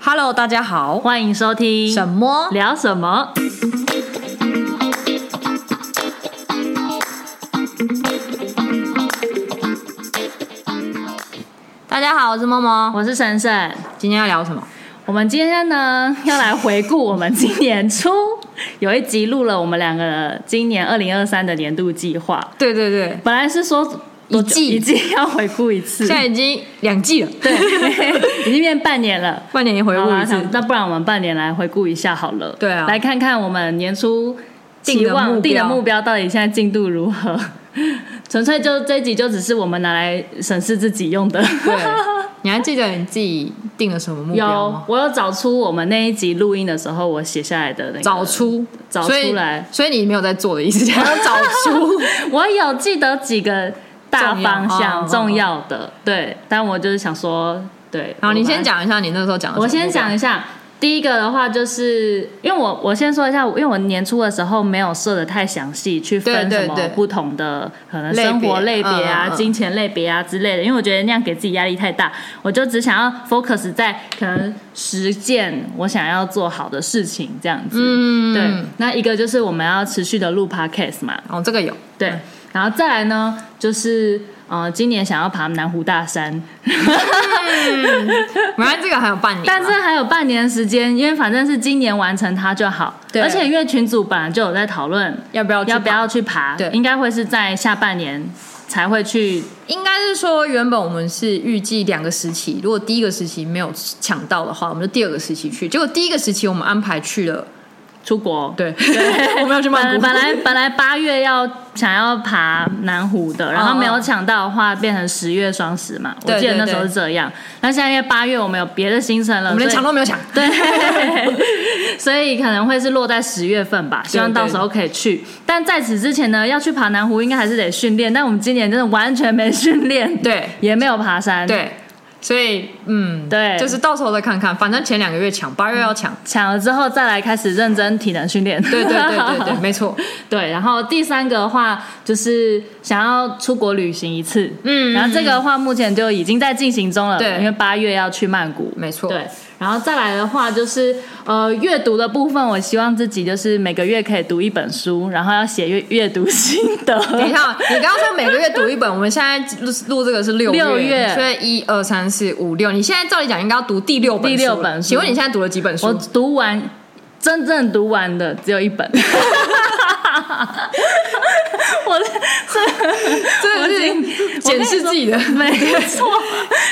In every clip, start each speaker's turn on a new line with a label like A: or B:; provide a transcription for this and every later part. A: Hello，大家好，
B: 欢迎收听
A: 什么？
B: 聊什么？
A: 大家好，我是默默。
B: 我是神神。
A: 今天要聊什么？
B: 我们今天呢要来回顾我们今年 初有一集录了我们两个今年二零二三的年度计划。
A: 对对对，
B: 本来是说多久
A: 一季
B: 一季要回顾一次
A: 现，在已经两季了，
B: 对， 已经变半年了。
A: 半年也回
B: 好
A: 顾
B: 啦
A: 一次
B: 想。 那不然我们半年来回顾一下好了。
A: 对啊
B: 来看看我们年初期望
A: 定
B: 定
A: 的
B: 的
A: 目标
B: 目标到底现在进度如何。 纯粹就这一集就只是我们拿来审视自己用的。
A: 对，你还记得你自己定了什么目标
B: 有
A: 吗？，
B: 我有找出我们那一集录音的时候我写下来的那个
A: 找，出，
B: 找
A: 所以
B: 出来，
A: 所以你没有在做的意思， 还要找 出。
B: 我有记得几个大方向
A: 重
B: 重
A: 要嗯
B: 要的，对，但我就是想说，对，
A: 好，你
B: 我把
A: 先讲一下你那时候讲的。
B: 我先讲一，下，第一个的话，就是因为我我先说一下，因为我年初的时候没有设的太详细，去分
A: 对对
B: 什么
A: 对
B: 不同的可能
A: 类别
B: 生活类别啊、
A: 嗯嗯嗯
B: 金钱类别啊之类的，因为我觉得那样给自己压力太大，我就只想要 focus 在可能实践我想要做好的事情这样子。
A: 嗯，
B: 对，那一个就是我们要持续的录 podcast 嘛，
A: 哦，这个有，
B: 对，然后再来呢，就是呃，今年想要爬南湖大山，
A: 本来这个还有半年啊，
B: 但是还有半年时间，因为反正是今年完成它就好。
A: 对
B: 而且因为群组本来就有在讨论
A: 要不要去
B: 要不
A: 跑
B: 要去爬，
A: 对
B: 应该会是在下半年才会去。
A: 应该是说，原本我们是预计两个时期，如果第一个时期没有抢到的话，我们就第二个时期去。结果第一个时期我们安排去了，
B: 出国，
A: 对，
B: 对
A: 我们要去曼
B: 本
A: 谷。
B: 本来本来八月要想要爬南湖的，然后没有抢到的话，变成十月双十嘛。我
A: 哦对
B: 记得
A: 对
B: 那时候
A: 对
B: 是这样。那现在因为八月我们有别的行程了，
A: 我们连
B: 所以
A: 抢都没有抢，
B: 对，所以可能会是落在十月份吧，希望到时候可以去。但在此之前呢，要去爬南湖应该还是得训练，但我们今年真的完全没训练，
A: 对
B: 也没有爬山，
A: 对，所以嗯，
B: 对，
A: 就是到时候再看看，反正前两个月抢，八月要抢，
B: 抢了之后再来开始认真体能训练，
A: 对对对对对，没错，
B: 对，然后第三个的话就是想要出国旅行一次，
A: 嗯
B: 然后这个的话目前就已经在进行中了，
A: 对
B: 因为八月要去曼谷，
A: 没错
B: 对，然后再来的话就是呃阅读的部分，我希望自己就是每个月可以读一本书，然后要写阅阅读心得。
A: 等一下，你刚刚说每个月读一本，我们现在录录这个是六
B: 六
A: 月，
B: 月
A: 所以一二三四五六，你现在照理讲应该要读第六本
B: 第
A: 书
B: 六
A: 了
B: 本书
A: 请问你现在读了几本书？
B: 我读完真正读完的只有一本。 我这
A: 真的
B: 我已经
A: 是检视自己的，
B: 没错，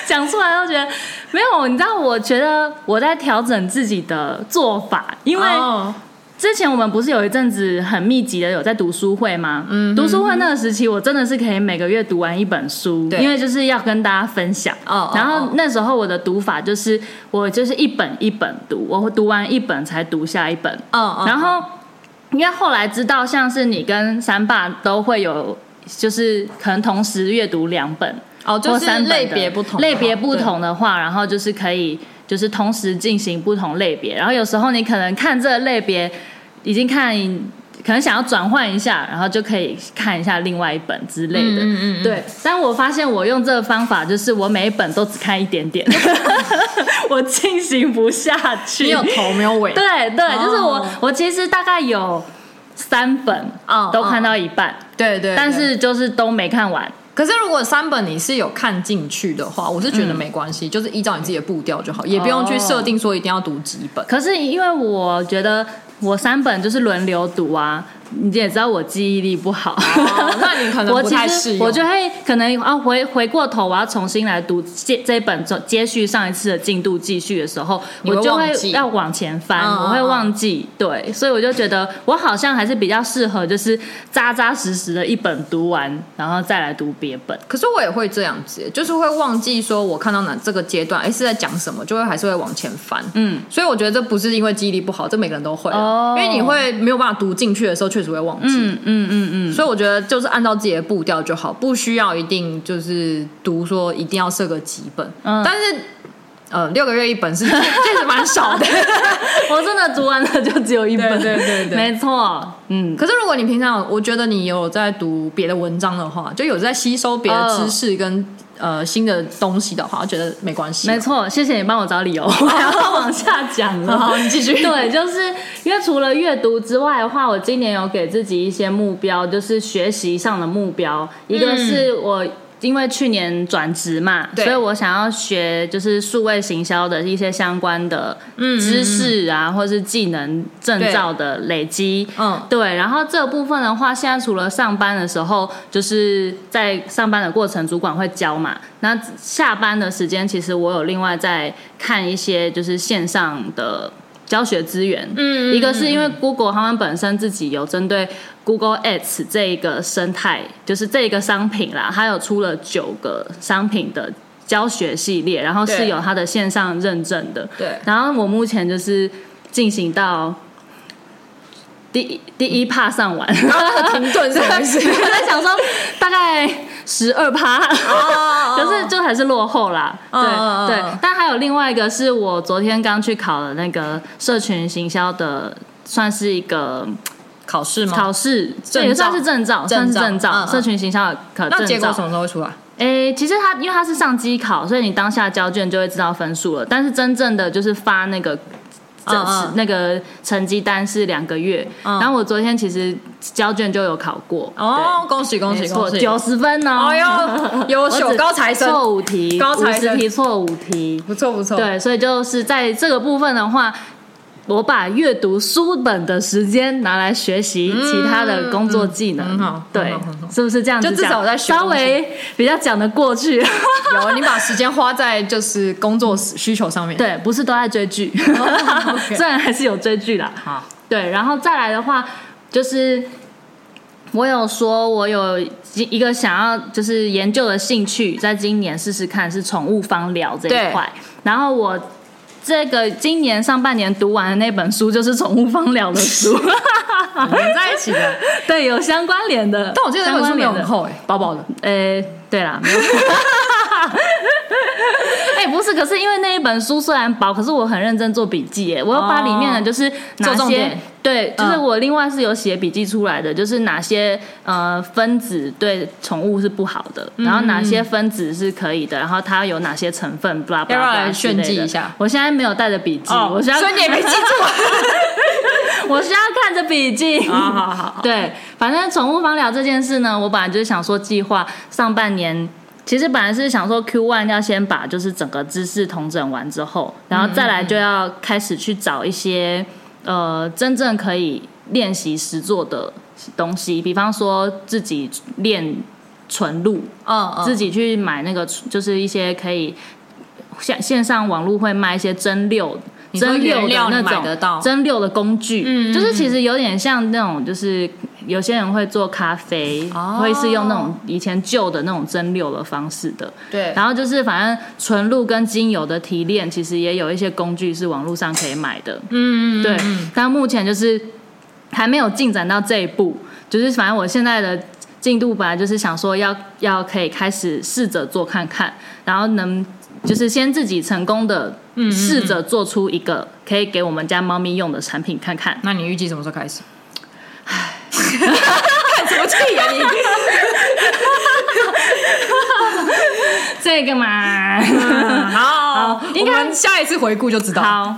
B: 讲出来都觉得没有。你知道，我觉得我在调整自己的做法，因为
A: 哦
B: 之前我们不是有一阵子很密集的有在读书会吗？嗯，读书会那个时期，我真的是可以每个月读完一本书，
A: 对
B: 因为就是要跟大家分享。
A: 哦哦
B: 然后那时候我的读法就是，我就是一本一本读，我会读完一本才读下一本。
A: 嗯嗯
B: 然后因为后来知道，像是你跟三爸都会有，就是可能同时阅读两本，
A: 哦，就
B: 或
A: 是
B: 三本的
A: 类别不同的话，
B: 类别不同的话，然后就是可以就是同时进行不同类别，然后有时候你可能看这个类别已经看，可能想要转换一下，然后就可以看一下另外一本之类的。
A: 嗯嗯嗯
B: 对，但我发现我用这个方法，就是我每一本都只看一点 点，我进行不下去。
A: 对，你有头没有尾，
B: 对对，就是我、
A: 哦
B: 我其实大概有三本
A: 哦
B: 都看到一半，
A: 对对，
B: 但
A: 对
B: 是就是都没看完。
A: 可是如果三本你是有看进去的话，我是觉得
B: 嗯哦
A: 没关系，就是依照你自己的步调就好，也不用去设定说一定要读几本。
B: 可是因为我觉得我三本就是轮流读啊，你也知道我记忆力不好，
A: 哦那你可能
B: 我
A: 不
B: 其
A: 太适
B: 实
A: 用
B: 我就会可能啊回回过头，我要重新来读这这一本接接续上一次的进度继续的时候，
A: 你会
B: 我就会
A: 忘记
B: 要往前翻，
A: 嗯
B: 我会忘记，对，所以我就觉得我好像还是比较适合就是扎扎实实的一本读完，然后再来读别本。
A: 可是我也会这样子，就是会忘记说我看到哪这个阶段，哎是在讲什么，就会还是会往前翻。
B: 嗯，
A: 所以我觉得这不是因为记忆力不好，这每个人都会啊，
B: 哦
A: 因为你会没有办法读进去的时候，确实会忘记。
B: 嗯嗯嗯嗯，
A: 所以我觉得就是按照自己的步调就好，不需要一定就是读说一定要设个几本，
B: 嗯
A: 但是呃六个月一本是 确实蛮少 的。
B: 我真的读完了就只有一本，
A: 对对对对
B: 没错，嗯。
A: 可是如果你平常有我觉得你有在读别的文章的话，就有在吸收别的知识跟、呃新的东西的话，觉得没关系。
B: 嗯没错，谢谢你帮我 找理由，我还要往下讲了。
A: 好你继续
B: 对，就是因为除了阅读之外的话，我今年有给自己一些目标，就是学习上的目标，一个是我。因为去年转职嘛，
A: 嗯对
B: 所以我想要学就是数位行销的一些相关的
A: 嗯
B: 知识啊，或是技能证照的累积。
A: 嗯，
B: 对，然后这部分的话，现在除了上班的时候，就是在上班的过程，主管会教嘛。那下班的时间，其实我有另外在看一些就是线上的教学资源。
A: 嗯
B: 一个是因为 Google 他们本身自己有针对 Google Ads 这一个生态，就是这一个商品啦，它有出了九个商品的教学系列，然后是
A: 对
B: 有它的线上认证的。
A: 对
B: 然后我目前就是进行到第一第一趴上完，
A: 那个哦停顿是什么意思
B: 我在想说大概十二趴，
A: 哦
B: 可是就还是落后啦。
A: 嗯嗯嗯
B: 对
A: 嗯
B: 对，但还有另外一个是我昨天刚去考的那个社群行销的，算是一个
A: 考试吗？
B: 考试，
A: 照
B: 对，也算是证照，
A: 证照
B: 算是证
A: 嗯
B: 照，
A: 嗯
B: 社群行销的考
A: 那结
B: 证
A: 果
B: 照
A: 什。么时候会出来？
B: 诶，其实它因为它是上机考，所以你当下交卷就会知道分数了。但是真正的就是发那个这
A: 嗯嗯
B: 那个成绩单是两个月。
A: 嗯
B: 然后我昨天其实交卷就有考过，
A: 哦，恭喜恭
B: 对，没
A: 喜
B: 错，
A: 恭喜！
B: 九十分哦。
A: 哎 呦，优
B: 我
A: 秀
B: 只
A: 高材生，
B: 错五题，
A: 高材生
B: 50题错五题。
A: 不错不错。
B: 对，所以就是在这个部分的话，我把阅读书本的时间拿来学习其他的工作技能，
A: 嗯很好
B: 对
A: 很好很好，
B: 是不是这样子
A: 就
B: 讲？
A: 至少我在学
B: 稍
A: 东西
B: 微比较讲得过去，
A: 有，你把时间花在就是工作需求上面。，
B: 对，不是都在追剧，
A: 哦，OK
B: 虽然还是有追剧啦，
A: 好，
B: 对，然后再来的话，就是我有说，我有一个想要就是研究的兴趣，在今年试试看是宠物芳疗这
A: 对
B: 一块。然后我这个今年上半年读完的那本书就是宠物芳疗的 书，
A: 连在一起的。
B: 对，有相关联 的。
A: 但我记得那本书没有很
B: 相关联的，
A: 厚哎，薄薄的。
B: 呃，对啦。没有 哎、不是，可是因为那一本书虽然薄，可是我很认真做笔记，哎，我又把里面的就是
A: 哦
B: 哪
A: 做重
B: 些
A: 点
B: 对，就是
A: 嗯
B: 我另外是有写笔记出来的，就是哪些呃分子对宠物是不好的，
A: 嗯
B: 然后哪些分子是可以的，然后它有哪些成分，巴拉巴
A: 要不
B: 拉
A: 要来炫技一下哦
B: 之类的我现在没有带着笔记，我需要
A: 所以你也没记 住。
B: 我需要看着 笔记。
A: 好好好好
B: 对，反正宠物芳疗这件事呢，我本来就是想说计划上半年。其实本来是想说 Q one 要先把就是整个知识统整完之后，然后再来就要开始去找一些呃真正可以练习实做的东西，比方说自己练纯露，
A: 嗯嗯，
B: 自己去买那个就是一些可以线线上网络会卖一些蒸馏。
A: 说
B: 蒸馏
A: 原料
B: 的那
A: 你买得到
B: 种蒸馏的工具，
A: 嗯嗯
B: 就是其实有点像那种，就是有些人会做咖啡，
A: 哦
B: 会是用那种以前旧的那种蒸馏的方式的。
A: 对，
B: 然后就是反正纯露跟精油的提炼，其实也有一些工具是网络上可以买的。
A: 嗯，
B: 对，但目前就是还没有进展到这一步，就是反正我现在的进度本来就是想说要要可以开始试着做看看，然后能就是先自己成功的
A: 嗯
B: 试着做出一个可以给我们家猫咪用的产品看看。
A: 那你预计什么时候开始？ 叹什么气
B: 啊
A: 呀、你？
B: 这个嘛，
A: 好，
B: 应
A: 应
B: 该
A: 该下一次回顾就知道，
B: 好，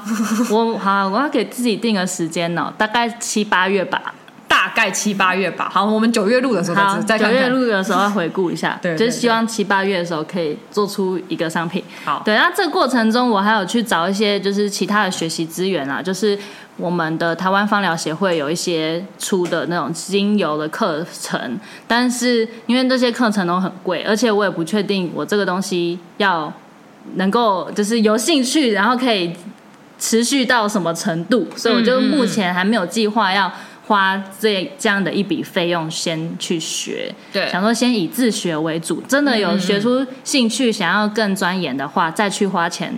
B: 我好，我要给自己定个时间哦，大概七八月吧。
A: 大概七八月吧。好，我们九月录的时候
B: 好，
A: 再再
B: 九
A: 看
B: 月
A: 看。
B: 录的时候要回顾一下，
A: 对对
B: 就是希望七八月的时候可以做出一个商品。
A: 好
B: 对，那这个过程中我还有去找一些就是其他的学习资源啊，就是我们的台湾芳疗协会有一些出的那种精油的课程，但是因为这些课程都很贵，而且我也不确定我这个东西要能够就是有兴趣，然后可以持续到什么程度，所以我就目前还没有计划要花这这样的一笔费用先去学。
A: 对
B: 想说先以自学为主，真的有学出兴趣，想要更钻研的话，再去花钱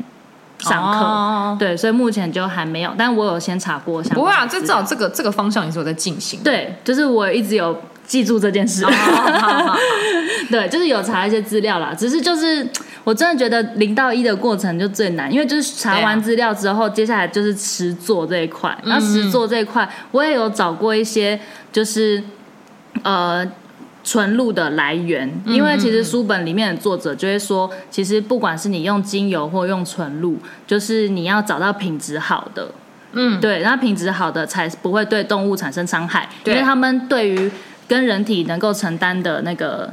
B: 上课。
A: 哦
B: 对，所以目前就还没有，但我有先查过相
A: 不
B: 关
A: 会啊，
B: 的
A: 这
B: 资
A: 至
B: 料
A: 少这个这个方向也是有在进行。
B: 对，哦就是我一直有记住这件事。
A: 哦好好好好
B: 对，就是有查一些资料啦，只是就是我真的觉得零到一的过程就最难，因为就是查完资料之后，接下来就是实做这一块。然后实做这一块，我也有找过一些就是呃纯露的来源，因为其实书本里面的作者就会说，其实不管是你用精油或用纯露，就是你要找到品质好的，
A: 嗯，
B: 对，那品质好的才不会对动物产生伤害，因
A: 对
B: 为他们对于跟人体能够承担的那个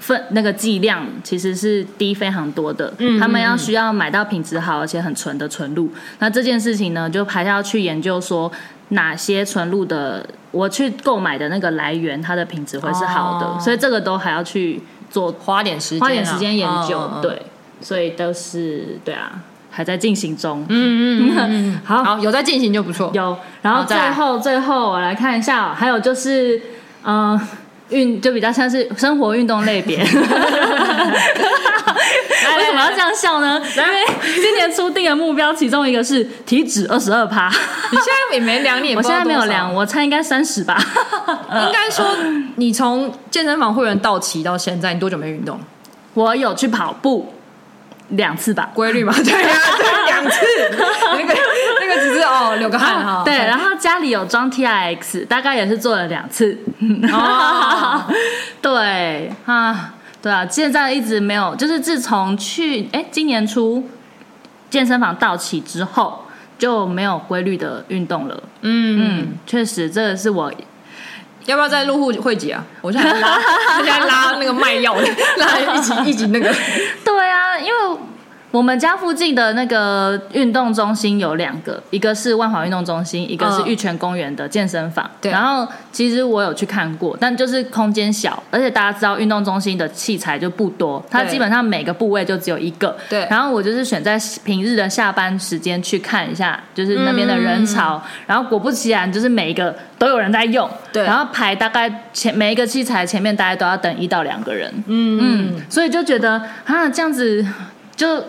B: 分那个剂量其实是低非常多的，
A: 嗯
B: 他们要需要买到品质好而且很纯的纯露。那这件事情呢，就还要去研究说哪些纯露的我去购买的那个来源，它的品质会是好的，
A: 哦
B: 所以这个都还要去做
A: 花点时间啊，
B: 花点时间研究，
A: 嗯，
B: 对，所以都是对啊，还在进行中。
A: 嗯嗯嗯 嗯，嗯
B: 好
A: 好，有在进行就不错。
B: 有，然后
A: 好再
B: 最
A: 来
B: 后最后我来看一下哦、还有就是，嗯、运就比较像是生活运动类 别。为什么要这样笑呢？因为今年初定的目标，其中一个是体脂二十 二趴，
A: 你现在也没量，你也 不
B: 我
A: 知
B: 现
A: 道
B: 在没有
A: 多少嗯
B: 量，我猜应该三十吧。
A: 应该说，你从健身房会员到期到现在，你多久没运动？
B: 我有去跑步两次吧。
A: 规律 嘛，对呀、对，啊两次。那个那个只是哦，流个汗哈。
B: 对，然后家里有装 T I X，大概也是做了两次。
A: 哦
B: 对啊，对啊，现在一直没有，就是自从去哎今年初健身房到期之后，就没有规律的运动了。
A: 嗯，
B: 嗯，确实，这个是我
A: 要不要再录会集啊？我现在 拉，我现在拉那个卖药 的，拉一起一起那个。
B: 对啊，因为我们家附近的那个运动中心有两个，一个是万华运动中心，一个是玉泉公园的健身房。
A: 嗯对
B: 然后其实我有去看过，但就是空间小，而且大家知道运动中心的器材就不多，它
A: 对
B: 基本上每个部位就只有一个。
A: 对
B: 然后我就是选在平日的下班时间去看一下，就是那边的人潮。然后果不其然，就是每一个都有人在用。
A: 嗯对
B: 然后排大概前每一个器材前面大概都要等一到两个人。
A: 嗯嗯，
B: 所以就觉得啊，这样子就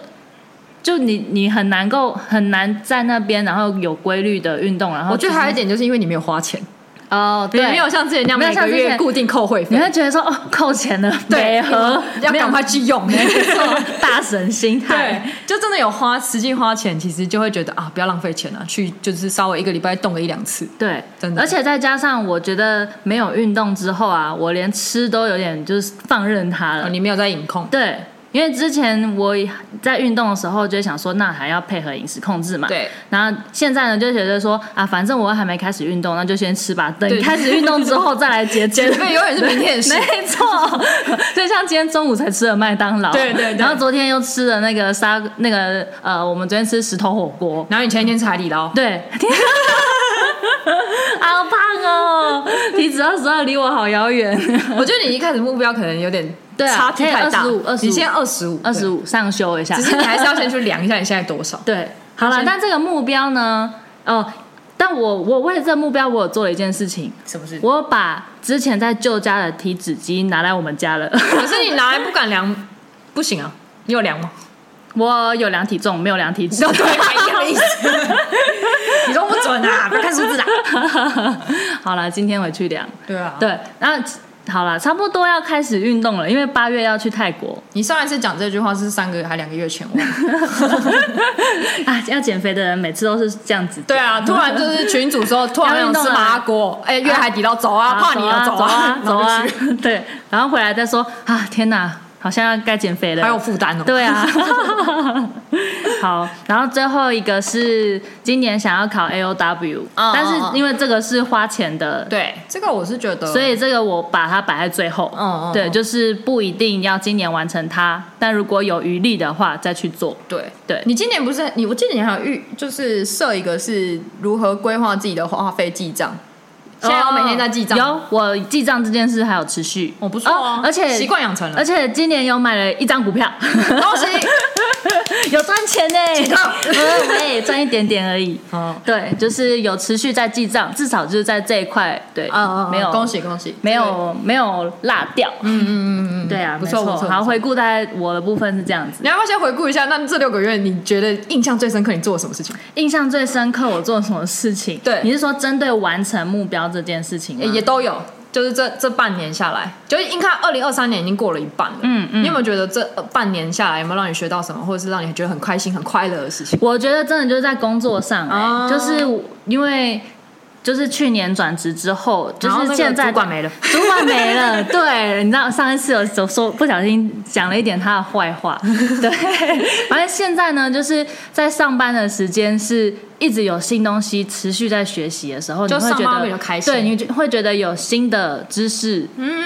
B: 就你你很难够很难在那边，然后有规律的运动，然后
A: 我觉得
B: 就是
A: 还有一点就是因为你没有花钱，
B: 哦，
A: 你
B: 对，
A: 没有像之前那样
B: 没有
A: 每
B: 像
A: 个
B: 之前
A: 月固定扣会
B: 你
A: 费，
B: 会觉得说哦，扣钱了，
A: 对
B: 没合，
A: 要
B: 没有
A: 赶快去 用。
B: 错大神心
A: 对
B: 态，，
A: 就真的有花实际花钱，其实就会觉得啊，不要浪费钱啊，去就是稍微一个礼拜动个一两次。
B: 对，
A: 真的
B: 而且再加上我觉得没有运动之后啊，我连吃都有点就是放任它了
A: 啊，，你没有在饮控，
B: 对。因为之前我在运动的时候就会想说，那还要配合饮食控制嘛。
A: 对，
B: 然后现在呢，就觉得说啊，反正我还没开始运动，那就先吃吧。等
A: 对
B: 开始运动之后再来节制。
A: 减肥永远是明天的事。
B: 没错，就像今天中午才吃了麦当劳，
A: 对对对
B: 然后昨天又吃了那个沙那个呃，我们昨天吃石头火锅，
A: 然后你前一天吃哦海底捞，
B: 对， 好胖哦，体脂二十二离我好遥远，
A: 我觉得你一开始目标可能有点
B: 对啊
A: 差距太大，
B: 可以25 25
A: 你先二十五，
B: 二十
A: 五，
B: 五上修一下。
A: 只。是你还是要先去量一下你现在多少
B: 对，好了，
A: 先
B: 但这个目标呢，哦，但我我为了这个目标，我有做了一件事情，
A: 什么事？
B: 我把之前在旧家的体脂机拿来我们家了。
A: 可是你拿来不敢量，不行啊！你有 量吗？
B: 我有量体重，没有量 体脂。
A: 一样的意思。 你都不准啊！不要看数字啊！
B: 好了，今天回去量。
A: 对啊，
B: 对，然后好了，差不多要开始运动了，因为八月要去泰国
A: 你上一次讲这句话是三个还两个月前，我忘了
B: 啊。要减肥的人每次都是这样子。
A: 对啊，突然就是群主说，突然
B: 要运
A: 想
B: 动啊
A: 吃麻辣锅，哎，约海底捞走啊，
B: 好
A: 怕你
B: 啊，
A: 走
B: 走啊，走
A: 然
B: 啊
A: 后就去，
B: 对，然后回来再说啊，天哪，好像该减肥了。
A: 还有负担哦。
B: 对啊， 好，然后最后一个是今年想要考 A O W，、
A: 嗯
B: 但
A: 嗯
B: 是
A: 嗯
B: 因为这个是花钱的，
A: 对，这个我是觉得，
B: 所以这个我把它摆在最后。
A: 嗯嗯
B: 对，
A: 嗯
B: 就是不一定要今年完成它，但如果有余力的话再去做。
A: 对
B: 对
A: 你今年不是你，我记得你还有预，就是设一个是如何规划自己的花费记账。现在我每天在记账，
B: 哦有我记账这件事还有持续，
A: 我不错啊
B: 哦，而且
A: 习惯养成了
B: 而，且今年有买了一张股票，
A: 然后所以
B: 有赚钱呢、
A: 账
B: 嗯 我也赚一点点而已。
A: 嗯
B: 对，就是有持续在记账，至少就是在这一块，对，
A: 嗯
B: 没有
A: 恭喜恭喜，
B: 没有没有落掉，嗯嗯嗯嗯，对啊，
A: 不错不
B: 没
A: 错
B: 好，
A: 不错
B: 回顾大概我的部分是这样子，
A: 你要不要先回顾一下？那这六个月你觉得印象最深刻，你做了什么事情？
B: 印象最深刻我做了什么事情？
A: 对
B: 你是说针对完成目标这件事情吗？
A: 也也都有，就是这这半年下来，就是应该二零二三年已经过了一半了。
B: 嗯嗯
A: 你有没有觉得这呃半年下来有没有让你学到什么，或者是让你觉得很开心、很快乐的事情？
B: 哎哦我觉得真的就是在工作上、欸，
A: 哦
B: 就是因为就是去年转职之后，就
A: 然后那
B: 是
A: 个
B: 现在
A: 主管没了，
B: 主管没了。对，你知道上一次有有说不小心讲了一点他的坏话，对。反正现在呢，就是在上班的时间是一直有新东西持续在学习的时候，你
A: 就
B: 会
A: 上班
B: 觉
A: 会比较
B: 得
A: 开心嗯
B: 对，你就会觉得有新的知识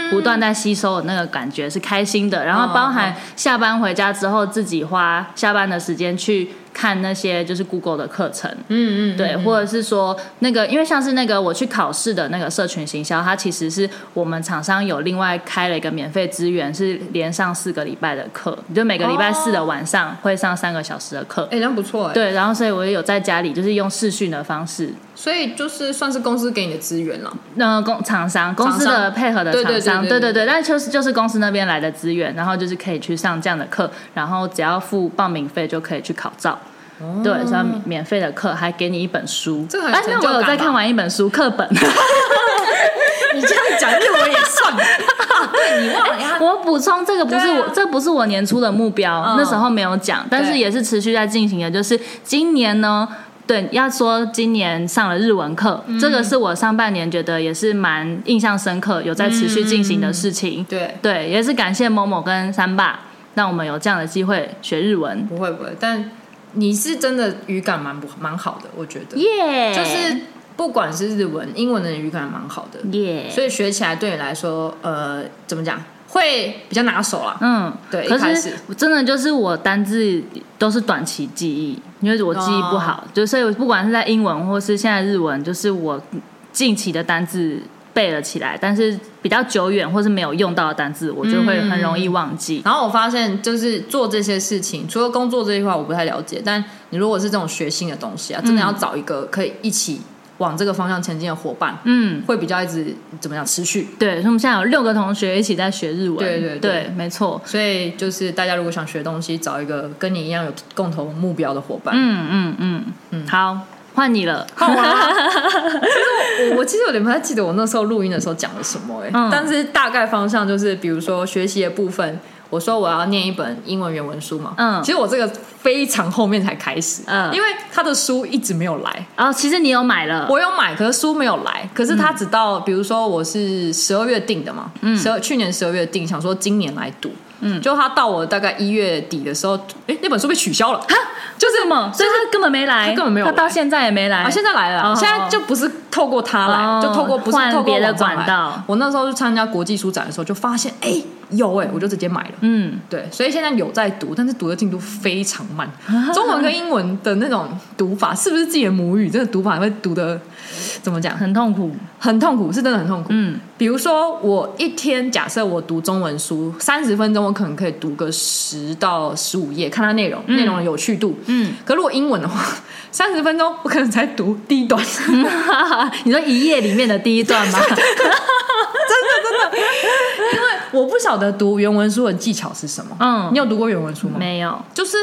B: 不断在吸收的那个感觉是开心的。然
A: 哦
B: 后包含下班回家之后，自己花下班的时间去看那些就是 Google 的课程，
A: 嗯嗯，
B: 对，或者是说那个，因为像是那个我去考试的那个社群行销，它其实是我们厂商有另外开了一个免费资源，是连上四个礼拜的课，你就每个礼拜四的晚上会上三个小时的课。
A: 哎、那不错哎、
B: 对，然后所以我也有在家里就是用视讯的方式，
A: 所以就是算是公司给你的资源了。
B: 那工厂商公司
A: 厂
B: 的
A: 商
B: 配合的
A: 对对
B: 厂
A: 对
B: 商，
A: 对对
B: 对对
A: 对
B: 对，但就是就是公司那边来的资源，然后就是可以去上这样的课，然后只要付报名费就可以去考照。对，所以免费的课还给你一本书，
A: 哦这个很
B: 但
A: 有
B: 是
A: 成就
B: 我有在
A: 感吧
B: 看完一本书课本，
A: 你这样讲，日文也算。对你忘了呀？
B: 我补充这个不是
A: 对啊
B: 我、这不是我年初的目标，
A: 嗯
B: 那时候没有讲，但是
A: 对
B: 也是持续在进行的，就是今年呢。对，要说今年上了日文课，
A: 嗯
B: 这个是我上半年觉得也是蛮印象深刻，有在持续进行的事情。
A: 对，
B: 对，也是感谢某某跟三爸，让我们有这样的机会学日文。
A: 不会不会，但你是真的语感蛮不蛮好的，我觉得。
B: 耶、
A: 就是不管是日文、英文的语感蛮好的，
B: 耶
A: 所以学起来对你来说，呃，怎么讲，会比较拿手啦。
B: 嗯，
A: 对一
B: 可
A: 开
B: 是
A: 始
B: 真的就是我单字都是短期记忆，因为我记忆不
A: 哦
B: 好，就所以我不管是在英文或是现在日文，就是我近期的单字背了起来，但是比较久远或是没有用到的单字，我就会很容易忘记。
A: 然后我发现，就是做这些事情，除了工作这一块我不太了解，但你如果是这种学新的东西啊，真的要找一个可以一起往这个方向前进的伙伴，
B: 嗯，
A: 会比较一直怎么讲持续。
B: 对，所以我们现在有六个同学一起在学日文，
A: 对对对
B: 对，没错。
A: 所以就是大家如果想学东西，找一个跟你一样有共同目标的伙伴。
B: 嗯嗯嗯嗯，好，换你了。
A: 好啊！其实我我其实有点不太记得我那时候录音的时候讲了什么哎、欸
B: 嗯
A: 但是大概方向就是，比如说学习的部分，我说我要念一本英文原文书嘛，
B: 嗯
A: 其实我这个非常后面才开始，
B: 嗯
A: 因为他的书一直没有来，
B: 哦，其实你有买了，
A: 我有买，可是书没有来，可是
B: 嗯
A: 他只到，比如说我是十二月订的嘛，十二去年十二月订，想说今年来读，嗯，就他到我大概一月底的时候，哎、那本书被取消了，就是
B: 什么？所以他根本没来，
A: 他根本没有
B: 他到
A: 来
B: 现在也没来。
A: 啊，现在来了啊，
B: 哦
A: 现在就不是透过他来，
B: 哦
A: 就透过不是
B: 换
A: 透过
B: 别的
A: 网站来
B: 管道
A: 我那时候去参加国际书展的时候，就发现哎、诶有哎、我就直接买了。
B: 嗯，
A: 对，所以现在有在读，但是读的进度非常慢。
B: 啊
A: 中文跟英文的那种读法，是不是自己的母语？真的读法会读的怎么讲？
B: 很痛苦。
A: 很痛苦，是真的很痛苦。
B: 嗯，
A: 比如说我一天假设我读中文书三十分钟，我可能可以读个十到十五页，看它内容内容的有趣度。
B: 嗯，
A: 可如果英文的话，三十分钟我可能才读第一段，真的
B: 你说一页里面的第一段 吗？
A: 真的，因为我不晓得读原文书的技巧是什么。
B: 嗯
A: 你有读过原文书吗？
B: 没有
A: 就是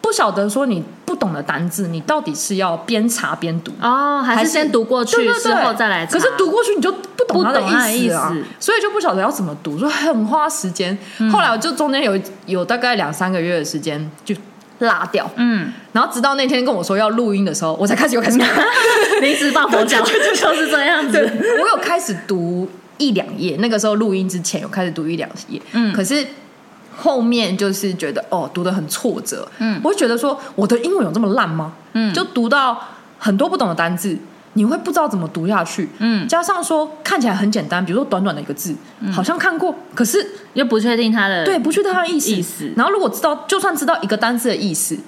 A: 不晓得说你不懂的单字，你到底是要边查边读
B: 哦，还
A: 还
B: 是
A: 是
B: 先读过去，
A: 对对对
B: 之后再来查。嗯
A: 可是读过去你就不懂它的
B: 不懂它的意
A: 意思啊，
B: 思
A: 所以就不晓得要怎么读，就很花时间。
B: 嗯
A: 后来我就中间有有大概两三个月的时间就落掉，
B: 嗯，
A: 然后直到那天跟我说要录音的时候，我才开始又开始读，
B: 临时抱佛脚就是这样
A: 对
B: 子。
A: 我有开始读一两页，那个时候录音之前有开始读一两页，
B: 嗯
A: 可是。后面就是觉得哦，读的很挫折，
B: 嗯
A: 我会觉得说我的英文有这么烂吗？
B: 嗯
A: 就读到很多不懂的单字，你会不知道怎么读下去，
B: 嗯，
A: 加上说看起来很简单，比如说短短的一个字，好像看过，可是
B: 又不确定它的
A: 对不确定它的意思。
B: 意思
A: 然后如果知道，就算知道一个单字的意思，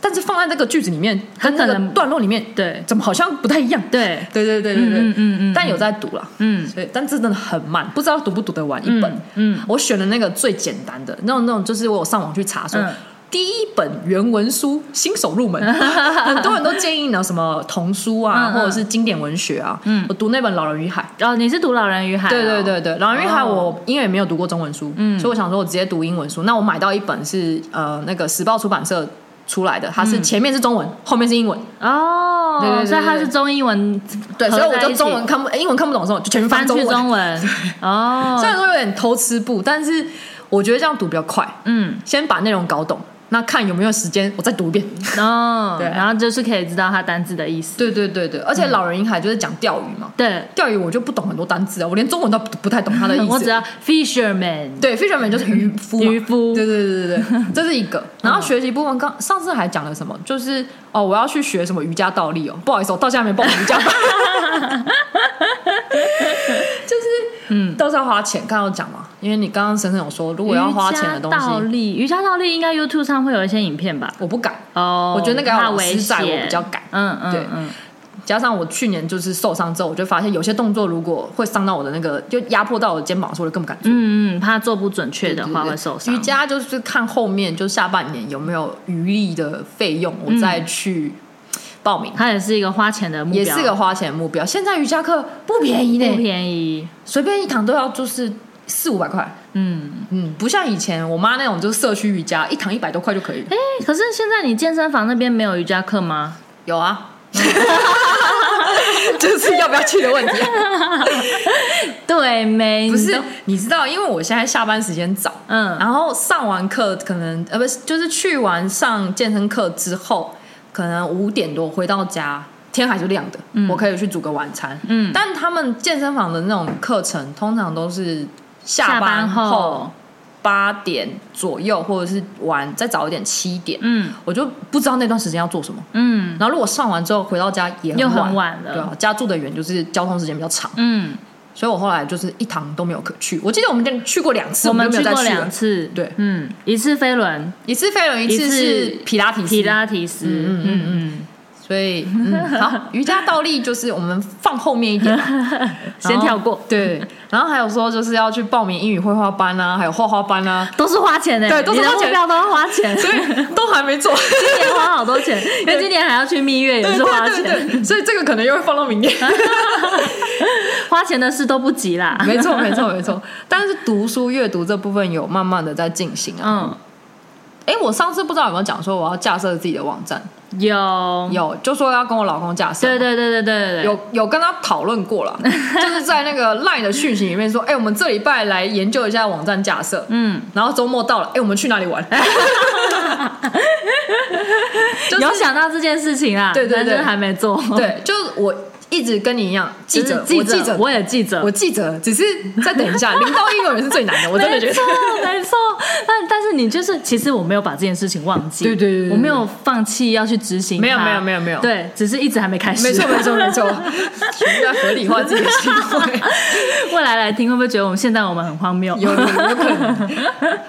A: 但是放在那个句子里面，跟那
B: 可
A: 个
B: 能
A: 段落里面，
B: 对
A: 怎么好像不太一样？
B: 对
A: 对对对对对，
B: 嗯嗯嗯嗯
A: 但有在读啦，
B: 嗯
A: 所以但真的很慢，不知道读不读得完一本。
B: 嗯嗯
A: 我选的那个最简单的，那种那种就是我有上网去查说。
B: 嗯
A: 第一本原文书，新手 入门，很多人都建议呢，什么童书啊，
B: 嗯嗯
A: 或者是经典文学啊。
B: 嗯
A: 我读那本《老人与海》，
B: 哦，你是读《老人与海》？
A: 对对。对对，《老人与海》
B: 哦
A: 我因为也没有读过中文书，
B: 嗯
A: 所以我想说我直接读英文书。那我买到一本是呃那个时报出版社出来的，它
B: 嗯
A: 是前面是中文，后面是英文，
B: 哦，
A: 对对对对
B: 所以它是中英文
A: 对，
B: 合
A: 所以我
B: 在一
A: 就
B: 起
A: 中文看不呃英文看不懂的时候，就全
B: 翻
A: 翻
B: 去
A: 中文。
B: 中 文。哦
A: 嗯虽，然说有点偷吃步，但是我觉得这样读比较快，
B: 嗯
A: 先把内容搞懂，那看有没有时间我再读一遍。
B: 哦，
A: 对
B: 然后就是可以知道它单字的意思。
A: 对对对对，而且老人银海就是讲钓鱼嘛，
B: 对，
A: 钓鱼我就不懂很多单字啊，我连中文都不不太懂它 的意思。
B: 我只要 fisherman，
A: 对，fisherman 就是渔夫嘛，
B: 渔夫
A: 对对对对 对，这是一个。然后学习部分，刚上次还讲了什么？就是哦，我要去学什么瑜伽倒立哦，不好意思，我到现在还没报名瑜伽倒立， 就是嗯，都是要花钱。刚刚有讲嘛，因为你刚刚深深有说，如果要花钱的东
B: 瑜伽倒
A: 西，
B: 立，瑜伽倒立应该 YouTube 上会有一些影片吧？
A: 我不敢。
B: 哦，
A: 我觉得那个要
B: 怕
A: 老
B: 危
A: 师在我
B: 险
A: 比较敢
B: 嗯嗯，
A: 对
B: 嗯，
A: 加上我去年就是受伤之后，我就发现有些动作如果会伤到我的那个，就压迫到我的肩膀的时候，我就更不敢做。
B: 嗯嗯，怕做不准确的
A: 对
B: 话
A: 对
B: 会受伤。
A: 瑜伽就是看后面，就下半年有没有余力的费用，我再去报名，
B: 它也是一个花钱的目标，
A: 也是个花钱的目标。现在瑜伽课不便宜
B: 不
A: 呢，
B: 便宜。
A: 随便一堂都要就是四五百块。
B: 嗯，
A: 嗯，不像以前我妈那种，就是社区瑜伽一堂一百多块就可以了。
B: 哎，可是现在你健身房那边没有瑜伽课吗？
A: 有 啊，就是要不要去的 问题。
B: 对，没，
A: 不
B: 你
A: 是
B: 都，
A: 你知道，因为我现在下班时间早，
B: 嗯
A: 然后上完课可能呃不是，就是去完上健身课之后，可能五点多回到家，天还是亮的，我可以去煮个晚餐。
B: 嗯
A: 但他们健身房的那种课程，通常都是下班
B: 下班
A: 后，八点左右，或者是晚再早一点七点，
B: 嗯
A: 我就不知道那段时间要做什么。
B: 嗯
A: 然后如果上完之后回到家也
B: 又
A: 很晚，
B: 很晚了
A: 对啊，家住的远，就是交通时间比较长。
B: 嗯，
A: 所以我后来就是一堂都没有可去。我记得我们跟去过两次，
B: 我
A: 我
B: 们
A: 就
B: 去
A: 没有再
B: 过
A: 去
B: 两
A: 了。
B: 次，
A: 对
B: 嗯，一次飞轮，
A: 一次飞轮，一次是
B: 一次
A: 皮拉提斯。
B: 提拉提斯，
A: 嗯嗯
B: 嗯
A: 所以、嗯、 好，瑜伽倒立就是我们放后面一点吧，
B: 嗯， 先跳过，
A: 对，然后还有说就是要去报名英语绘画班啊，还有画画班啊，
B: 都是花钱的，欸
A: 对都是
B: 你的
A: 花钱
B: 目标都要花钱，
A: 所 以都还没做。
B: 今年花好多钱，因为今年还要去蜜月，也是花
A: 对对
B: 钱，
A: 对，所以这个可能又会放到 明年。
B: 花钱的事都不急啦。
A: 没错，没错，没错。但是读书阅读这部分有慢慢的在进行啊。
B: 嗯，
A: 哎、我上次不知道有没有讲说我要架设自己的网站，
B: 有，
A: 有就说要跟我老公架设嘛。
B: 嗯对对对对对对，
A: 有有跟他讨论过 了，就是在那个 LINE 的讯息里面说，哎、我们这礼拜来研究一下网站架设，
B: 嗯，
A: 然后周末到了，哎、我们去哪里 玩？就是
B: 有想到这件事情啦，
A: 对对
B: 但
A: 对
B: 是还没做。，
A: 对，就是我一直跟你一样，记者，
B: 记
A: 我记
B: 者，
A: 者，
B: 我也记者，
A: 我记者，只是再等一 下，零到一永远是最难的，我真的觉
B: 没
A: 得
B: 错。没错。但但是你就是，其实我没有把这件事情忘记，
A: 对对对对对
B: 我没有放弃要去执行它，
A: 没有没有没有没有
B: 对，只是一直还没开始。
A: 没错，没错，没错，全在合理化自己的行为，
B: 未来来听会不会觉得我们现在我们很荒谬？
A: 有有可能。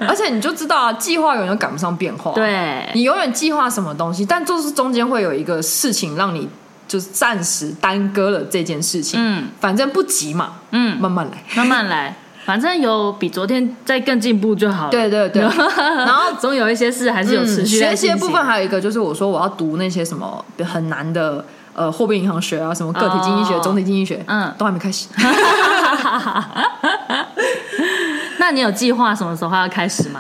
A: 而且你就知道啊，计划永远赶不上变化。
B: 对，
A: 你永远计划什么东西，但就是中间会有一个事情让你就是暂时耽搁了这件事情。
B: 嗯
A: 反正不急嘛，
B: 嗯，
A: 慢慢来。
B: 慢慢来，反正有比昨天再更进步就好了。
A: 对 对对
B: 然后总有一些事还是有持续在
A: 嗯学习的
B: 进行
A: 部分还有一个就是，我说我要读那些什么很难的呃货币银行学啊，什么个体经济学、
B: 哦
A: 总体经济学，
B: 嗯
A: 都还没开 始。
B: 那你有计划什么时候要开始吗？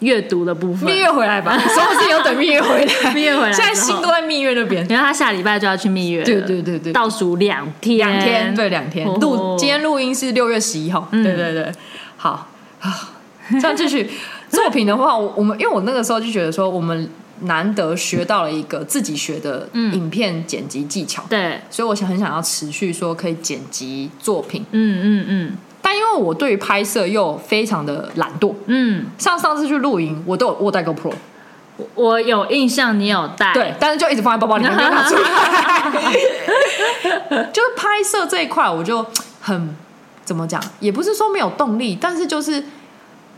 B: 阅读的部分
A: 蜜，月回来吧，所有事情都等蜜月回来。
B: 蜜月回来之
A: 现
B: 后
A: 在心都在蜜月那边。
B: 因为他下礼拜就要去蜜月了，
A: 对对对对，
B: 倒数两天，
A: 两天，对，两天。
B: 哦嗯
A: 录今天录音是六月十一号，对对对，好，好，这样继 续作品的话，我我们因为我那个时候就觉得说，我们难得学到了一个自己学的
B: 嗯
A: 影片剪辑技巧，
B: 对，
A: 所以我想很想要持续说可以剪辑作品，
B: 嗯嗯嗯
A: 但因为我对于拍摄又非常的懒惰，
B: 嗯，
A: 像上次去露营，我都有我带 GoPro，
B: 我我有印象，你有带，
A: 对，但是就一直放在包包 里面没有拿出来。 就是拍摄这一块，我就很怎么讲，也不是说没有动力，但是就是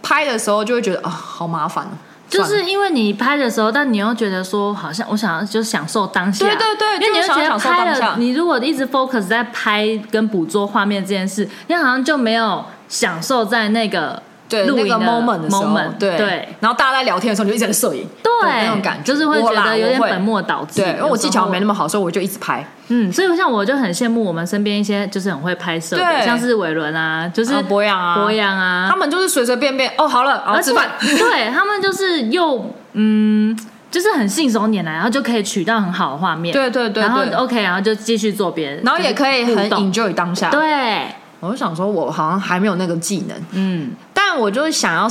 A: 拍的时候就会觉得啊、好麻烦哦、
B: 就
A: 算了
B: 是因为你拍的时候，但你又觉得说，好像我想要就是享受当下，
A: 对对对
B: 因为
A: 就
B: 你
A: 是
B: 又觉
A: 想要
B: 得
A: 享受
B: 拍
A: 当下
B: 了，你如果一直 focus 在拍跟捕捉画面这件事，你好像就没有享受在那个
A: 对
B: 录
A: 那
B: 影
A: 个 moment 的时候
B: moment，
A: 对
B: 对，
A: 然后大家在聊天的时候，你就一直在摄影，
B: 对
A: 那种感觉，
B: 就是会
A: 我
B: 觉
A: 啦
B: 得有点
A: 我会
B: 本末倒置。
A: 对，因为我技巧没那
B: 么
A: 么好，所以我就一直拍。
B: 嗯，所以像我就很羡慕我们身边一些就是很会拍摄的，
A: 对
B: 像是伟伦啊，就是
A: 啊博洋啊
B: 博洋啊，
A: 他们就是随随便便哦，好了，好
B: 而
A: 吃
B: 且
A: 饭。
B: 对他们就是又嗯，就是很信手拈来，然后就可以取到很好的画面。
A: 对对对
B: 然后
A: 对，
B: OK，然后就继续做别人，
A: 然后也可以
B: 就是
A: 很
B: 互动
A: enjoy 当下。
B: 对，
A: 我就想说，我好像还没有那个技能。
B: 嗯
A: 但我就是想要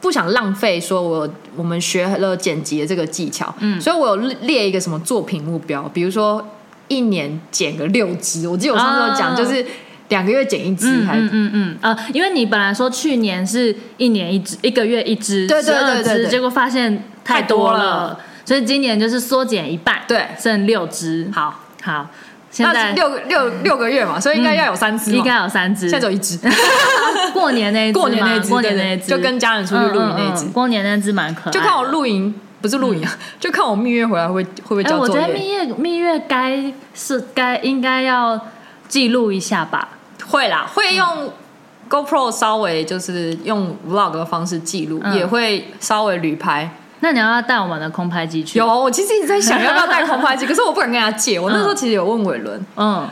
A: 不想浪费，说我我们学了剪辑的这个技巧，嗯，所以我有列一个什么作品目标，比如说一年剪个六支，我记得我上次有
B: 哦
A: 讲，就是两个月剪一支
B: 嗯
A: 还。
B: 嗯嗯嗯啊，因为你本来说去年是一年一只，一个月一只，
A: 对对对对
B: 12只
A: 对
B: 结果发现太多了，所以今年就是缩减一半，
A: 对
B: 剩六只。
A: 好，
B: 好，现
A: 那
B: 在嗯
A: 六个六六个月嘛，所以应该要有三支嘛，
B: 应该有三只，
A: 现在只有一 支，
B: 过年那一只吗，
A: 过年那一支，
B: 过年
A: 对
B: 那
A: 对
B: 一
A: 对
B: 只，
A: 就跟家人出去露营那一
B: 嗯嗯
A: 支
B: 嗯，过年那只蛮可爱的，
A: 就看我露营不是露营啊，就看我蜜月回来会会不会
B: 哎、
A: 交
B: 我觉
A: 作
B: 得
A: 业，
B: 蜜月蜜月该是该应该要记录一下吧。
A: 会啦，会
B: 嗯
A: 用 GoPro 稍微就是用 Vlog 的方式记录，
B: 嗯
A: 也会稍微旅拍。
B: 那你要不要带我们的空拍机去？
A: 有，，我其实一直在想要不要带空 拍机，可是我不敢跟他借。我那时候其实有问伟伦，
B: 嗯，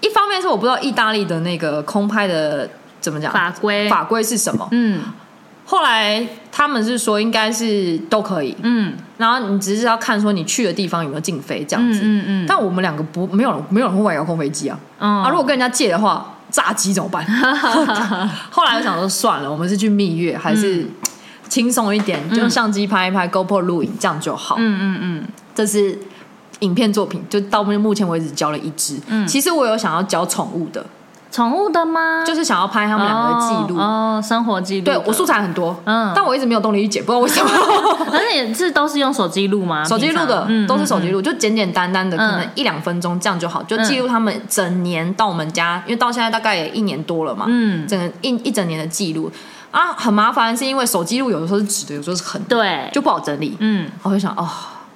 A: 一方面是我不知道意大利的那个空拍的怎么讲
B: 法规，
A: 法规是什么，
B: 嗯
A: 后来他们是说应该是都可以，
B: 嗯
A: 然后你只是要看说你去的地方有没有禁飞这样
B: 嗯
A: 子。
B: 嗯嗯，
A: 但我们两个不没有人没有人会玩遥控飞机啊，
B: 嗯
A: 啊，如果跟人家借的话，炸鸡怎么 办？后来我想说算了，我们是去蜜月还
B: 嗯
A: 是轻松一点，就用相机拍一拍，GoPro 录影这样就好。
B: 嗯嗯嗯
A: 这是影片作品，就到目前为止交了一只。
B: 嗯
A: 其实我有想要交宠物的，
B: 宠物的吗？
A: 就是是想要拍他们两个的记录。
B: 哦，哦生活记录的。
A: 对我素材很多，
B: 嗯
A: 但我一直没有动力去剪，不知道为什 么。
B: 而且也是都是用手机录吗？
A: 手机录的
B: 平常
A: 都是手机。
B: 嗯嗯
A: 录，就简简单单的，
B: 嗯
A: 可能一两分钟这样就好，就记录他们整年到我们家，因为到现在大概也一年多了嘛，
B: 嗯
A: 整个一一整年的记录啊，很麻烦，是因为手机录有的时候是直的，有时候是横的，
B: 对，
A: 就不好整理。
B: 嗯
A: 我就想哦，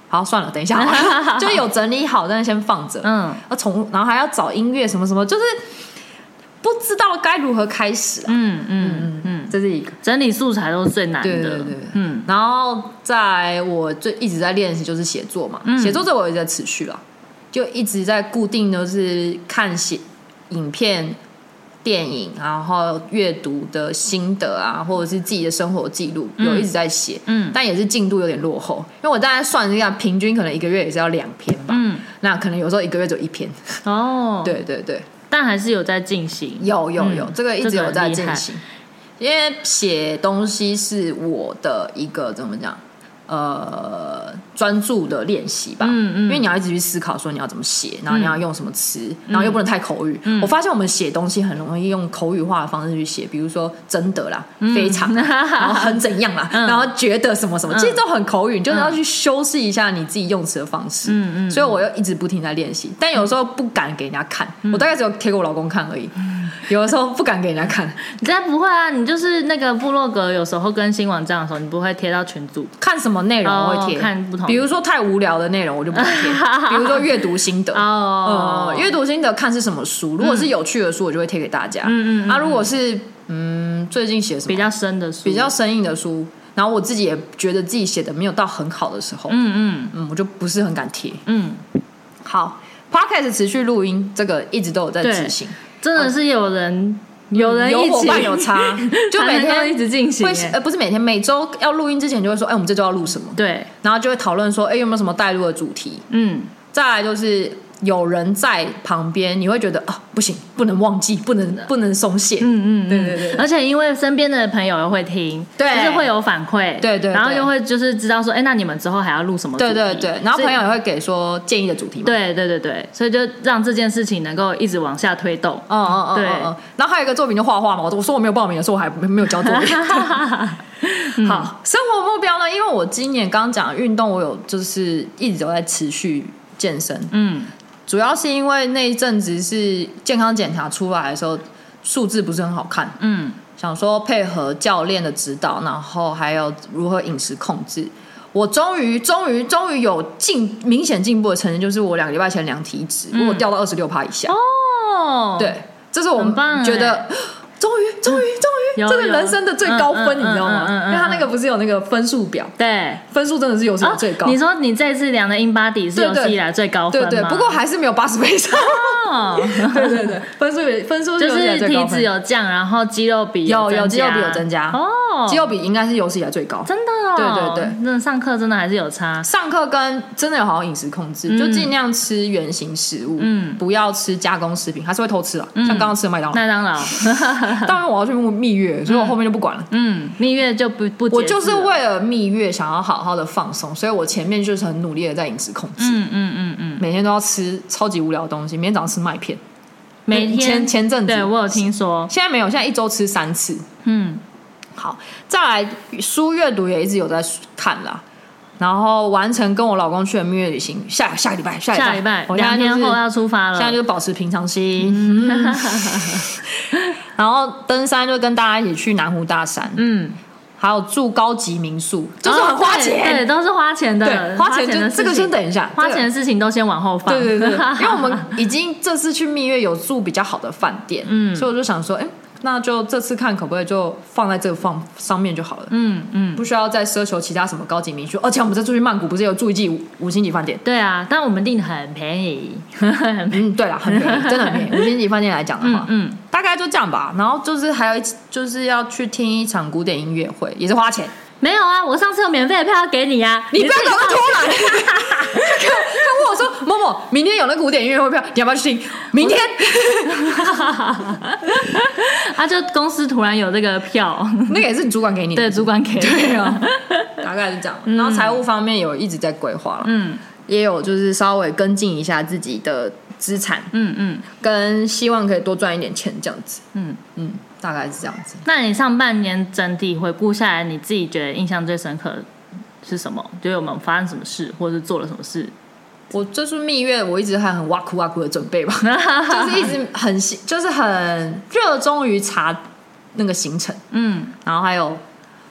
A: 好算了，等一下好 了，就有整理好，但是先放着。
B: 嗯
A: 啊，宠物，然后还要找音乐什么什么，就是不知道该如何开始、啊。
B: 嗯嗯嗯，
A: 这是一个。
B: 整理素材都是最难的。
A: 对对对对
B: 嗯
A: 然后在我最一直在练习就是写作嘛，
B: 嗯
A: 写作这我也在持续了，就一直在固定都是看写影片、电影，然后阅读的心得啊，或者是自己的生活记录，有一直在写，
B: 嗯
A: 但也是进度有点落后，因为我大概算一下，平均可能一个月也是要两篇吧，
B: 嗯
A: 那可能有时候一个月就一篇，
B: 哦，，
A: 对对对，
B: 但还是有在进行。
A: 有有有，
B: 嗯
A: 这个一直有在进
B: 这个很厉害
A: 行，因为写东西是我的一个怎么讲，呃，专注的练习吧。
B: 嗯嗯
A: 因为你要一直去思考说你要怎么写，然后你要用什么词，然后又不能太口语。
B: 嗯
A: 我发现我们写东西很容易用口语化的方式去写，比如说真的啦、
B: 嗯
A: 非 常啦，然后很怎样啦，然后觉得什么
B: 嗯
A: 什么，其实都很口语，你就是要去修饰一下你自己用词的方式。
B: 嗯嗯
A: 所以我又一直不停在练习，但有时候不敢给人家看，
B: 嗯
A: 我大概只有贴给我老公看而已。有的时候不敢给人家看，
B: 你才不会啊！你就是那个部落格，有时候更新网站的时候，你不会贴到群组。
A: 看什么内容我会贴，
B: 哦看不同
A: 比如说太无聊的内容我就不会 贴，比如说阅读心得。
B: 哦
A: 呃，阅读心得看是什么书，如果是有趣的书，我就会贴给大家。
B: 嗯嗯嗯
A: 啊，如果是嗯最近写什
B: 比
A: 么
B: 较深的书，
A: 比较生硬的书，然后我自己也觉得自己写的没有到很好的时候，
B: 嗯嗯
A: 嗯，我就不是很敢贴。
B: 嗯，
A: 好，podcast 持续录音，这个一直都有在
B: 对
A: 执行。
B: 真的是有人有人
A: 嗯有
B: 嗯一
A: 伙
B: 起，
A: 伴有差 就
B: 才
A: 每
B: 能够
A: 天
B: 一直进行欸
A: 会
B: 耶
A: 呃不是每天每周要录音之前就会说，哎、我们这周要录什么，
B: 对，
A: 然后就会讨论说，哎、有没有什么带入的主题？
B: 嗯
A: 再来就是有人在旁边，你会觉得啊不行，不能忘记，不能不能松懈。
B: 嗯嗯，
A: 对对对对
B: 而且因为身边的朋友又会听，
A: 对
B: 就是会有反馈，
A: 对对对
B: 然后又会就是知道说，哎，那你们之后还要录什么主
A: 对
B: 题？
A: 对对，然后
B: 所以
A: 朋友也会给说建议的主题嘛。
B: 嗯对对对对，所以就让这件事情能够一直往下推动。
A: 嗯嗯嗯
B: 对
A: 嗯嗯，然后还有一个作品就画画嘛，我说我没有报名的时候，我还没没有交作业。
B: 嗯
A: 好，生活目标呢？因为我今年刚讲运动，我有就是一直都在持续健身，
B: 嗯
A: 主要是因为那一阵子是健康检查出来的时候，数字不是很好看，
B: 嗯
A: 想说配合教练的指导，然后还有如何饮食控制。我终于、终于、终于有进明显进步的成绩，就是我两个礼拜前量体脂，我有掉到二十六趴以下。
B: 嗯哦，
A: 对，这是我
B: 很
A: 们
B: 棒
A: 觉得
B: 哎
A: 终于、终于、终
B: 有
A: 于，这个
B: 有
A: 人生的最高分，
B: 嗯嗯
A: 你知道吗？
B: 嗯嗯嗯
A: 因为他那个不是有那个分数表，
B: 对，
A: 分数真的是有史以来最高。
B: 哦。你说你这次量的 in body 是有
A: 对对
B: 史以来最高分
A: 对
B: 吗？
A: 对，不过还是没有八十倍以上。
B: 哦，
A: 对对对，分数也分数
B: 就
A: 有史以来
B: 是
A: 最
B: 体
A: 高
B: 脂
A: 分。
B: 有降，然后肌肉比
A: 有有
B: 增
A: 肌肉比有增加
B: 哦，
A: 肌肉比应该是有史以来最高。
B: 真的哦，
A: 对对对，
B: 那上课真的还是有差，
A: 上课跟真的有好好饮食控制，就尽量吃原形食物，
B: 嗯
A: 不要吃加工食品，还是会偷吃啊，像刚刚吃的麦当劳。
B: 麦当劳，
A: 当然我要去蜜月，所以我后面就不管了。
B: 嗯，蜜月就不不节制
A: 我就是
B: 了，
A: 为了蜜月想要好好的放松，所以我前面就是很努力的在饮食控制，
B: 嗯嗯嗯嗯，
A: 每天都要吃超级无聊的东西，每天早上吃麦片，
B: 每天
A: 前前阵子
B: 对我有听说，
A: 现在没有，现在一周吃三次。
B: 嗯
A: 好，再来书阅读也一直有在看啦。然后完成跟我老公去的蜜月旅行，下下个礼拜，下
B: 下
A: 礼
B: 礼
A: 拜
B: 拜，
A: 我现在
B: 两
A: 就是
B: 天后要出发了，哦
A: 现在就是保持平常心。嗯 然后登山就跟大家一起去南湖大山，
B: 嗯，
A: 还有住高级民宿，就是很花
B: 哦对，
A: 钱。
B: 对都是花钱的，
A: 花钱
B: 的
A: 就
B: 事
A: 这个
B: 情
A: 先等一下，
B: 花
A: 这个
B: 钱的事情都先往后放，
A: 对对对，因为我们已经这次去蜜月有住比较好的饭店，
B: 嗯
A: 所以我就想说，哎、那就这次看可不可以就放在这个放上面就好了，
B: 嗯嗯，
A: 不需要再奢求其他什么高级民宿。而且我们这次去曼谷不是有住一季五五星级饭店？
B: 对啊，但我们订的很便宜，很便宜
A: 嗯，对啦，很便宜，真的很便宜。五星级饭店来讲的话，
B: 嗯嗯，
A: 大概就这样吧。然后就是还有一就是要去听一场古典音乐会，也是花钱。
B: 没有啊，我上次有免费的票给你啊，
A: 你不要
B: 自己
A: 搞得
B: 报
A: 突然，他跟我他问我说：“某某，明天有那个古典音乐会票，你要不要去听？”明天
B: 啊，就公司突然有这个 票，
A: 那个也是你主管给你的，
B: 对，主管给
A: 对啊， 大概是这样。然后财务方面有一直在规划了，
B: 嗯
A: 也有就是稍微跟进一下自己的资产，
B: 嗯嗯
A: 跟希望可以多赚一点钱这样子。
B: 嗯。
A: 嗯，大概是这样子。
B: 那你上半年整体回顾下来，你自己觉得印象最深刻的是什么？就有没有发生什么事，或是做了什么事？
A: 我这次蜜月，我一直还很哇酷哇酷的准备吧，就是一直很喜就是很热衷于查那个行程，
B: 嗯
A: 然后还有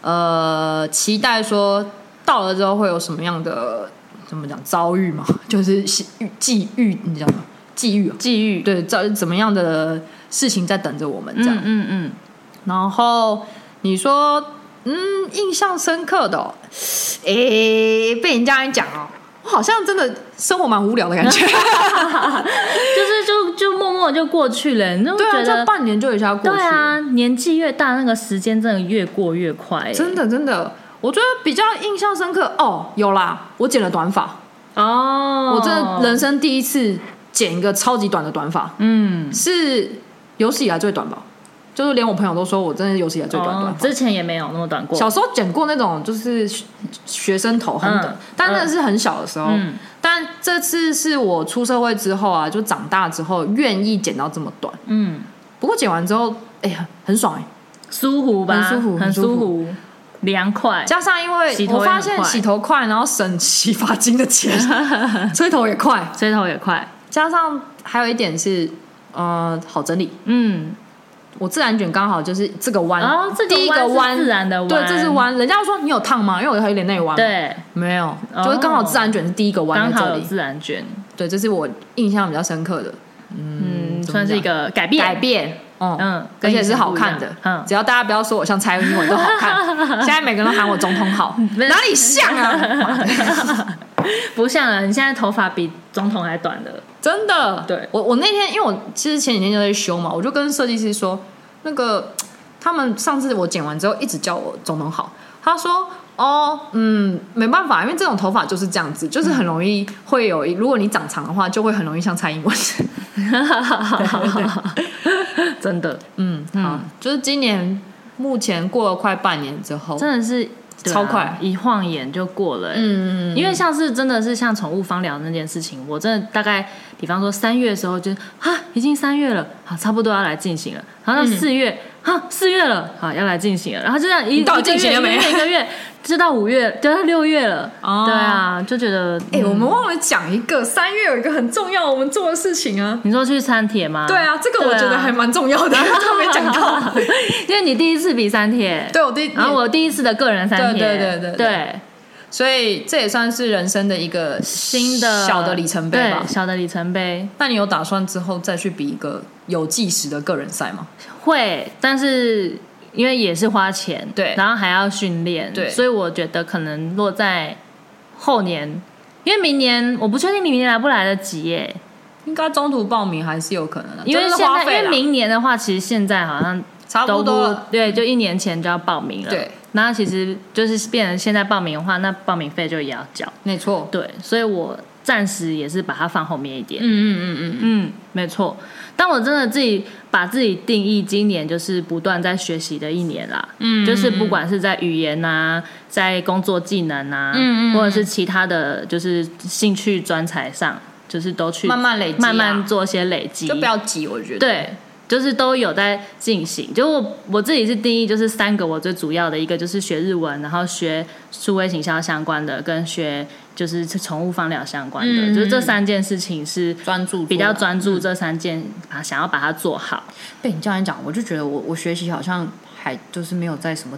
A: 呃期待说到了之后会有什么样的怎么讲遭遇嘛， 就是喜遇际遇，你知道吗？际遇啊，
B: 际遇，
A: 对，怎怎么样的事情在等着我们这样。
B: 嗯嗯嗯，
A: 然后你说，嗯，印象深刻的、哦，诶，被人家讲哦，我好像真的生活蛮无聊的感觉。
B: 就是就就默默就过去了，你就
A: 对啊，
B: 觉
A: 这
B: 得。
A: 半年就一下过去了，
B: 对啊，年纪越大，那个时间真的越过越快、欸。
A: 真的真的。我觉得比较印象深刻哦，有啦，我剪了短发，
B: 哦，
A: 我真的人，生第一次剪一个超级短的短发，
B: 嗯，
A: 是有史以来最短吧，就是连我朋友都说我真的有史以来最短的短
B: 哦
A: 发。
B: 之前也没有那么短过。
A: 小时候剪过那种就是学学生头很短，
B: 嗯
A: 但那是很小的时候。
B: 嗯
A: 但这次是我出社会之后啊，就长大之后愿意剪到这么短。
B: 嗯，
A: 不过剪完之后，哎、呀，很爽哎、
B: 舒服吧，
A: 很舒服
B: 很
A: 很舒
B: 舒
A: 服
B: 服，凉快。
A: 加上因为
B: 洗头
A: 我
B: 也
A: 发
B: 很
A: 现
B: 快
A: 洗头快，然后省洗发精的 钱，吹头也快，
B: 吹头也快，
A: 加上还有一点是，呃，好整理。
B: 嗯，
A: 我自然卷刚好就是这个弯，
B: 哦，这
A: 啊第一个
B: 弯
A: 弯
B: 是自然的弯，
A: 对，这是，弯。人家说你有烫吗？因为我还有点内弯，，
B: 对，
A: 没有，
B: 哦
A: 就是刚好自然卷是第一个弯
B: 刚
A: 在
B: 好
A: 这
B: 有
A: 里。
B: 自然卷，
A: 对，这是我印象比较深刻的
B: 嗯，
A: 怎么
B: 算是一个改变，
A: 改，变。嗯
B: 嗯，
A: 而
B: 跟
A: 且是好
B: 以前
A: 看
B: 不一
A: 的
B: 样，嗯，
A: 只要大家不要说我像蔡英文都好 看。现在每个人都喊我总统好，
B: 是
A: 哪里像啊？
B: 不像了，你现在头发比总统还短了，
A: 真的，
B: 对
A: 我我那天因为我其实前几天就在修嘛，我就跟设计师说，那个他们上次我剪完之后一直叫我总统好，他说。哦，嗯，没办法，因为这种头发就是这样子，就是很容易会有一，如果你长长的话，就会很容易像蔡英文。
B: 真的，
A: 嗯，好，就是今年目前过了快半年之后，
B: 真的是。对啊
A: 超快
B: 一晃眼就过了、欸
A: 嗯，
B: 因为像是真的是像宠物芳疗那件事情，我真的大概，比方说三月的时候就啊，已经三月了，好，差不多要来进行了。
A: 嗯
B: 然后到四月，啊，四月了，好，要来进行了。然后就这样一
A: 你到底
B: 一个
A: 进行
B: 月
A: 了没
B: 一个月一个月，就到五月，就到六月了。
A: 哦
B: 对啊，就觉得，
A: 哎、
B: 嗯
A: 我们忘了讲一个，三月有一个很重要我们做的事情啊。
B: 你说去三铁吗？
A: 对啊，这个我觉
B: 对
A: 得
B: 啊
A: 还蛮重 要的，都没讲到。
B: 因为你第一次比三铁，
A: 对，我第一，
B: 然后我第一次的个人三铁，
A: 对对对对对
B: 对
A: 所以这也算是人生的一个
B: 新的
A: 小的里程碑吧
B: 对。小的里程碑
A: 那你有打算之后再去比一个有计时的个人赛吗？
B: 会，但是因为也是花钱，
A: 对
B: 然后还要训练，
A: 对
B: 所以我觉得可能落在后年，因为明年我不确定你明年来不来得及耶，
A: 应该中途报名还是有可能的，
B: 因为
A: 真的是
B: 现
A: 花
B: 在
A: 费
B: 因为
A: 啦
B: 明年的话，其实现在好像
A: 差
B: 都
A: 不多了
B: 对，就一年前就要报名了。
A: 对，
B: 那其实就是变成现在报名的话，那报名费就也要交。
A: 没错，
B: 对，所以我暂时也是把它放后面一点。
A: 嗯嗯嗯嗯，
B: 嗯，没错。但我真的自己把自己定义，今年就是不断在学习的一年啦。
A: 嗯
B: 就是不管是在语言啊，在工作技能啊，
A: 嗯嗯嗯
B: 或者是其他的就是兴趣专才上，就是都去
A: 慢慢累积啊
B: 慢慢做些累积，
A: 就不要急，我觉得
B: 对，就是都有在进行。就我我自己是定义，就是三个我最主要的一个就是学日文，然后学数位行销相关的，跟学就是宠物放疗相关的，
A: 嗯
B: 就是这三件事情是
A: 专注做
B: 比较专注这三件，啊，想要把它做好。
A: 被你这样一讲，我就觉得我我学习好像还就是没有在什么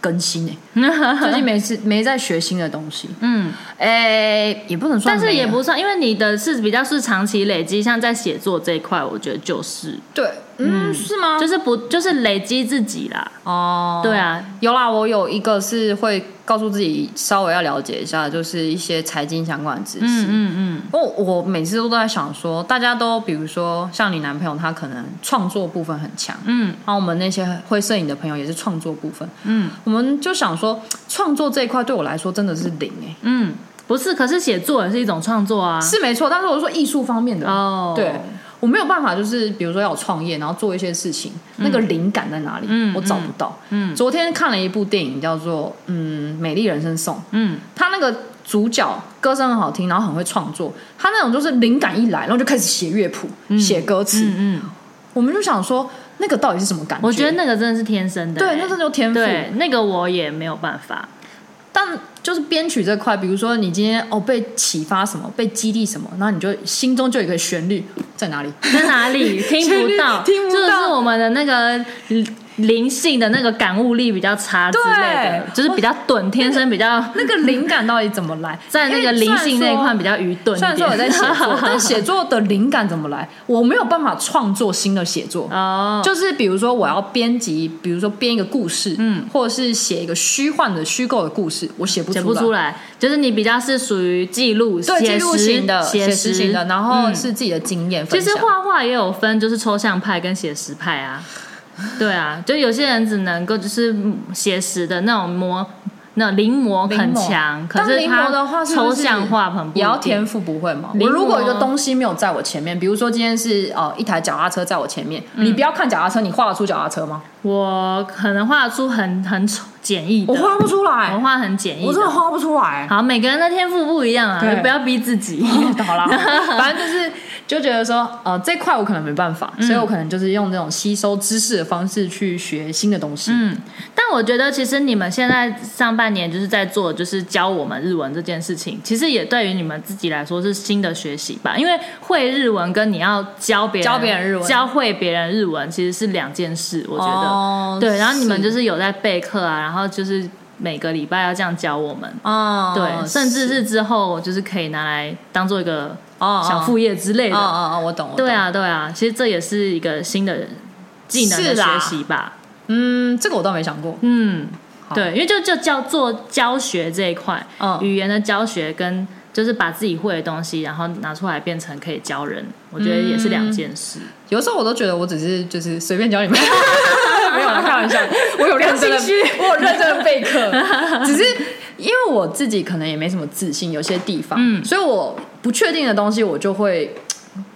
A: 更新诶、 最近没是没在学新的东西，
B: 嗯，
A: 诶、哎也不能说
B: 但
A: 没有，
B: 是也不算，因为你的是比较是长期累积，像在写作这一块，我觉得就是
A: 对，嗯，是吗？
B: 就是不就是累积自己啦。
A: 哦，
B: 对，啊，
A: 有啦，我有一个是会告诉自己稍微要了解一下，就是一些财经相关的知识。
B: 嗯嗯
A: 我我每次都在想说，大家都比如说像你男朋友，他可能创作部分很强，
B: 嗯
A: 然后我们那些会摄影的朋友也是创作部分，
B: 嗯
A: 我们就想说，创作这一块对我来说真的是零哎、
B: 嗯，不是，可是写作也是一种创作啊。
A: 是没错。但是我是说艺术方面的，
B: 哦，
A: 对我没有办法，就是比如说要有创业，然后做一些事情，那个灵感在哪里，
B: 嗯
A: 我找不到。
B: 嗯
A: 昨天看了一部电影，叫做《嗯美丽人生颂》，
B: 嗯，
A: 他那个主角歌声很好听，然后很会创作，他那种就是灵感一来，然后就开始写乐谱、写歌词。
B: 嗯嗯，
A: 我们就想说，那个到底是什么感觉？
B: 我觉得那个真的是天生的欸、
A: 对，那这就天赋。
B: 对那个我也没有办 法，
A: 但就是编曲这块，比如说你今天哦被启发什么，被激励什么，然后你就心中就有一个旋律在哪里？
B: 在哪 里听不到，
A: 听不到
B: 这个是我们的那个灵性的那个感悟力比较差之类的，
A: 对
B: 就是比较钝，天生比较
A: 那个灵感到底怎么 来？
B: 在那个灵性那一块比较愚钝一
A: 虽然
B: 点。
A: 说我在写作，但写作的灵感怎么来？我没有办法创作新的写作。
B: 哦，
A: 就是比如说，我要编辑，比如说编一个故事，嗯，或者是写一个虚幻的、虚构的故事，我写不
B: 写不出
A: 来。
B: 来，就是你比较是属于记录、
A: 对，记
B: 写
A: 录
B: 实
A: 型的、
B: 写
A: 写实型的，然后
B: 嗯
A: 是自己的经验
B: 其
A: 分
B: 实
A: 享。
B: 画画也有分，就是抽象派跟写实派啊。对啊，就有些人只能够就是写实的那种模，那临摹很强，
A: 临摹
B: 可是
A: 但临摹的话
B: 他
A: 是不
B: 抽
A: 是
B: 象画很不
A: 也要
B: 一定
A: 天赋不会吗？
B: 临摹
A: 我如果一个东西没有在我前面，比如说今天是哦一台脚踏车在我前面，
B: 嗯
A: 你不要看脚踏车，你画得出脚踏车吗？
B: 我可能画出很很丑简易的，哦
A: 我画不出
B: 我
A: 来，
B: 画很简易
A: 我真的画不出来。
B: 好，每个人的天赋不一样啊，
A: 对
B: 不要逼自己。
A: 好啦， 反正就是就觉得说，呃，这块我可能没办法，所以我可能就是用那种吸收知识的方式去学新的东西。
B: 嗯，但我觉得其实你们现在上半年就是在做，就是教我们日文这件事情，其实也对于你们自己来说是新的学习吧。因为会日文跟你要教别人
A: 教别人日文
B: 教会别人日文其实是两件事，我觉得。
A: 哦
B: 对，然后你们
A: 是
B: 就是有在备课啊，然后就是每个礼拜要这样教我们。
A: 哦
B: 对，甚至是之后就是可以拿来当做一个
A: 哦
B: 小副业之类
A: 哦
B: 的。
A: 哦哦，我懂，我懂
B: 对，啊，对啊，其实这也是一个新的技能的
A: 是
B: 学
A: 啦
B: 习吧。
A: 嗯，这个我倒没想过，
B: 嗯，
A: 好
B: 对，因为就就叫做教学这一块，
A: 嗯，
B: 语言的教学跟就是把自己会的东西，然后拿出来变成可以教人，我觉得也是两件事。
A: 有时候我都觉得我只是就是随便 教你们，嗯没有啦，开玩笑， 我有认真的
B: 不要心虚，
A: 我有认真的备 课，只是因为我自己可能也没什么自信，有些地方，
B: 嗯
A: 所以我不确定的东西，我就会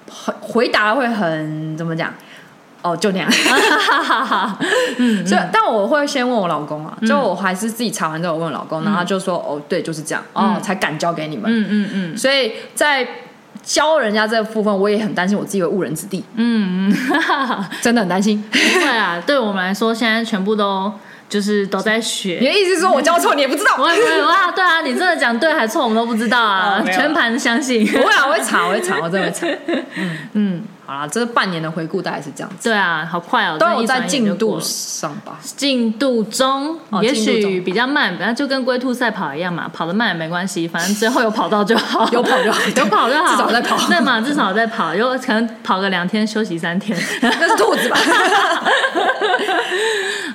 A: 很回答会很怎么讲。哦，就那 样。嗯，所以但我会先问我老公啊，就我还是自己查完之后我问我老公，然后他就说哦，对，就是这样，哦，
B: 嗯
A: 才敢交给你们。
B: 嗯嗯嗯
A: 所以在教人家这部分，我也很担心我自己会误人子弟，
B: 嗯， 嗯
A: 真的很担心。
B: 不会啊，对我们来说，现在全部都就是都在
A: 你
B: 学。
A: 的意思是说我教错你也不知道？
B: 我也不会哇，对啊，你真的讲对还错，我们都不知道啊，
A: 哦没有
B: 全盘相信。
A: 不会啊，我会查，我会查，我真的会查。
B: 嗯，
A: 好啦，这半年的回顾大概是这样子，
B: 对啊，好快哦，
A: 都
B: 真的
A: 有
B: 一转
A: 在
B: 眼就
A: 进
B: 过
A: 度
B: 了
A: 上吧。
B: 进度中，
A: 哦
B: 也
A: 进度
B: 许
A: 中
B: 比较慢，反正就跟龟兔赛跑一样嘛，跑得慢也没 关系，反正最后有跑到就好，
A: 有跑就好
B: 有跑就好，
A: 至少在跑
B: 对嘛，至少在跑，有可能跑个两天，休息三 天。
A: 那是兔子吧？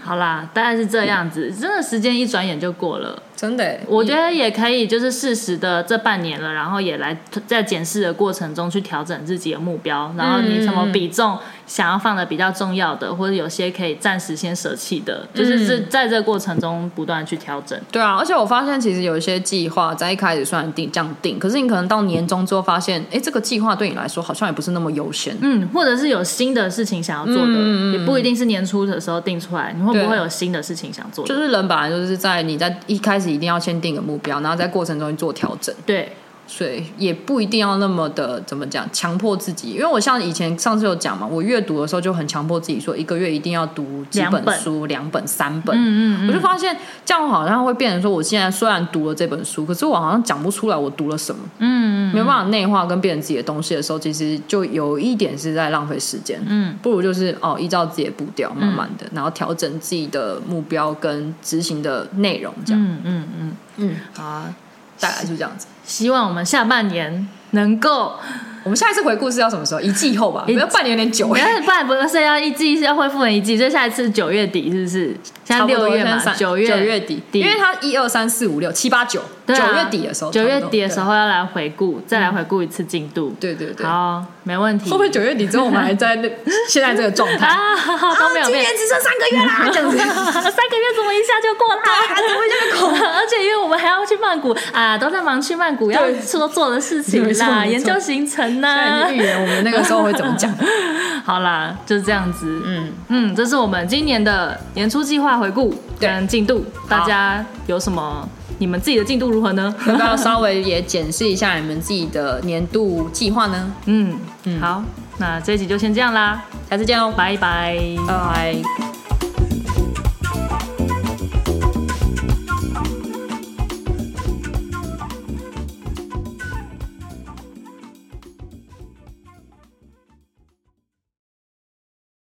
B: 好啦，大概是这样子，真的时间一转眼就过了，
A: 真的欸耶，
B: 我觉得也可以，就是适时的这半年了，然后也来在检视的过程中去调整自己的目标，然后你什
A: 嗯
B: 么比重想要放的比较重要的，或者有些可以暂时先舍弃的，就是
A: 嗯
B: 这在这个过程中不断地去调整。
A: 对啊，而且我发现其实有一些计划在一开始虽然定这样定，可是你可能到年终之后发现，哎，这个计划对你来说好像也不是那么优先。
B: 嗯，或者是有新的事情想要
A: 嗯
B: 做的，也不一定是年初的时候定出来，你会不会
A: 对
B: 有新的事情想做的？
A: 就是人本来就是在你在一开始一定要先定个目标，然后在过程中去做调整，
B: 对，
A: 所以也不一定要那么的怎么讲强迫自己。因为我像以前上次有讲嘛，我阅读的时候就很强迫自己说一个月一定要读几
B: 两
A: 本
B: 本
A: 书，两本、三本。
B: 嗯嗯
A: 我就发现这样好像会变成说，我现在虽然读了这本书，可是我好像讲不出来我读了什么，
B: 嗯嗯
A: 没有办法内化跟变成自己的东西的时候，其实就有一点是在浪费时间。
B: 嗯，
A: 不如就是哦，依照自己的步调，慢慢的，然后调整自己的目标跟执行的内容，这样，
B: 嗯嗯嗯，
A: 嗯，
B: 好啊，
A: 大概就这样子。
B: 希望我们下半年能够。
A: 我们下一次回顾是要什么时候？一季后吧，不
B: 一
A: 要半年有点久
B: 不。要不然不是要一季是要恢复成一季，所以下一次九月底是不是？现在
A: 差不多
B: 六月嘛
A: 现在，三
B: 九月
A: 九月底，
B: 底
A: 因为它一二三四五六七八九，九
B: 对啊
A: 月底的时候，
B: 九月
A: 差不多
B: 底的时，候要来回顾，再来回顾一次进度。
A: 对对对对。会
B: 好，没问题。
A: 不会九月底之后我们还在 那现在这个状态？
B: 啊， 都没有
A: 今
B: 变。
A: 年只剩三个月啦，这样子。
B: 三个月怎么一下就过啦？而且因为我们还要去曼谷啊，都在忙去曼谷要
A: 啊对
B: 做做的事情
A: 没错
B: 啦，
A: 没错
B: 研究行程
A: 现在
B: 呐、
A: 已经预言我们那个时候会怎么 讲？
B: 好啦，就这样子。
A: 嗯，
B: 嗯，这是我们今年的年初计划回顾
A: 对
B: 跟进度，大
A: 好
B: 家有什么？你们自己的进度如何呢？
A: 要不要稍微也检视一下你们自己的年度计划呢？
B: 嗯，
A: 嗯
B: 好，那这一集就先这样啦，
A: 下次见喽，哦
B: 拜拜。
A: 拜拜。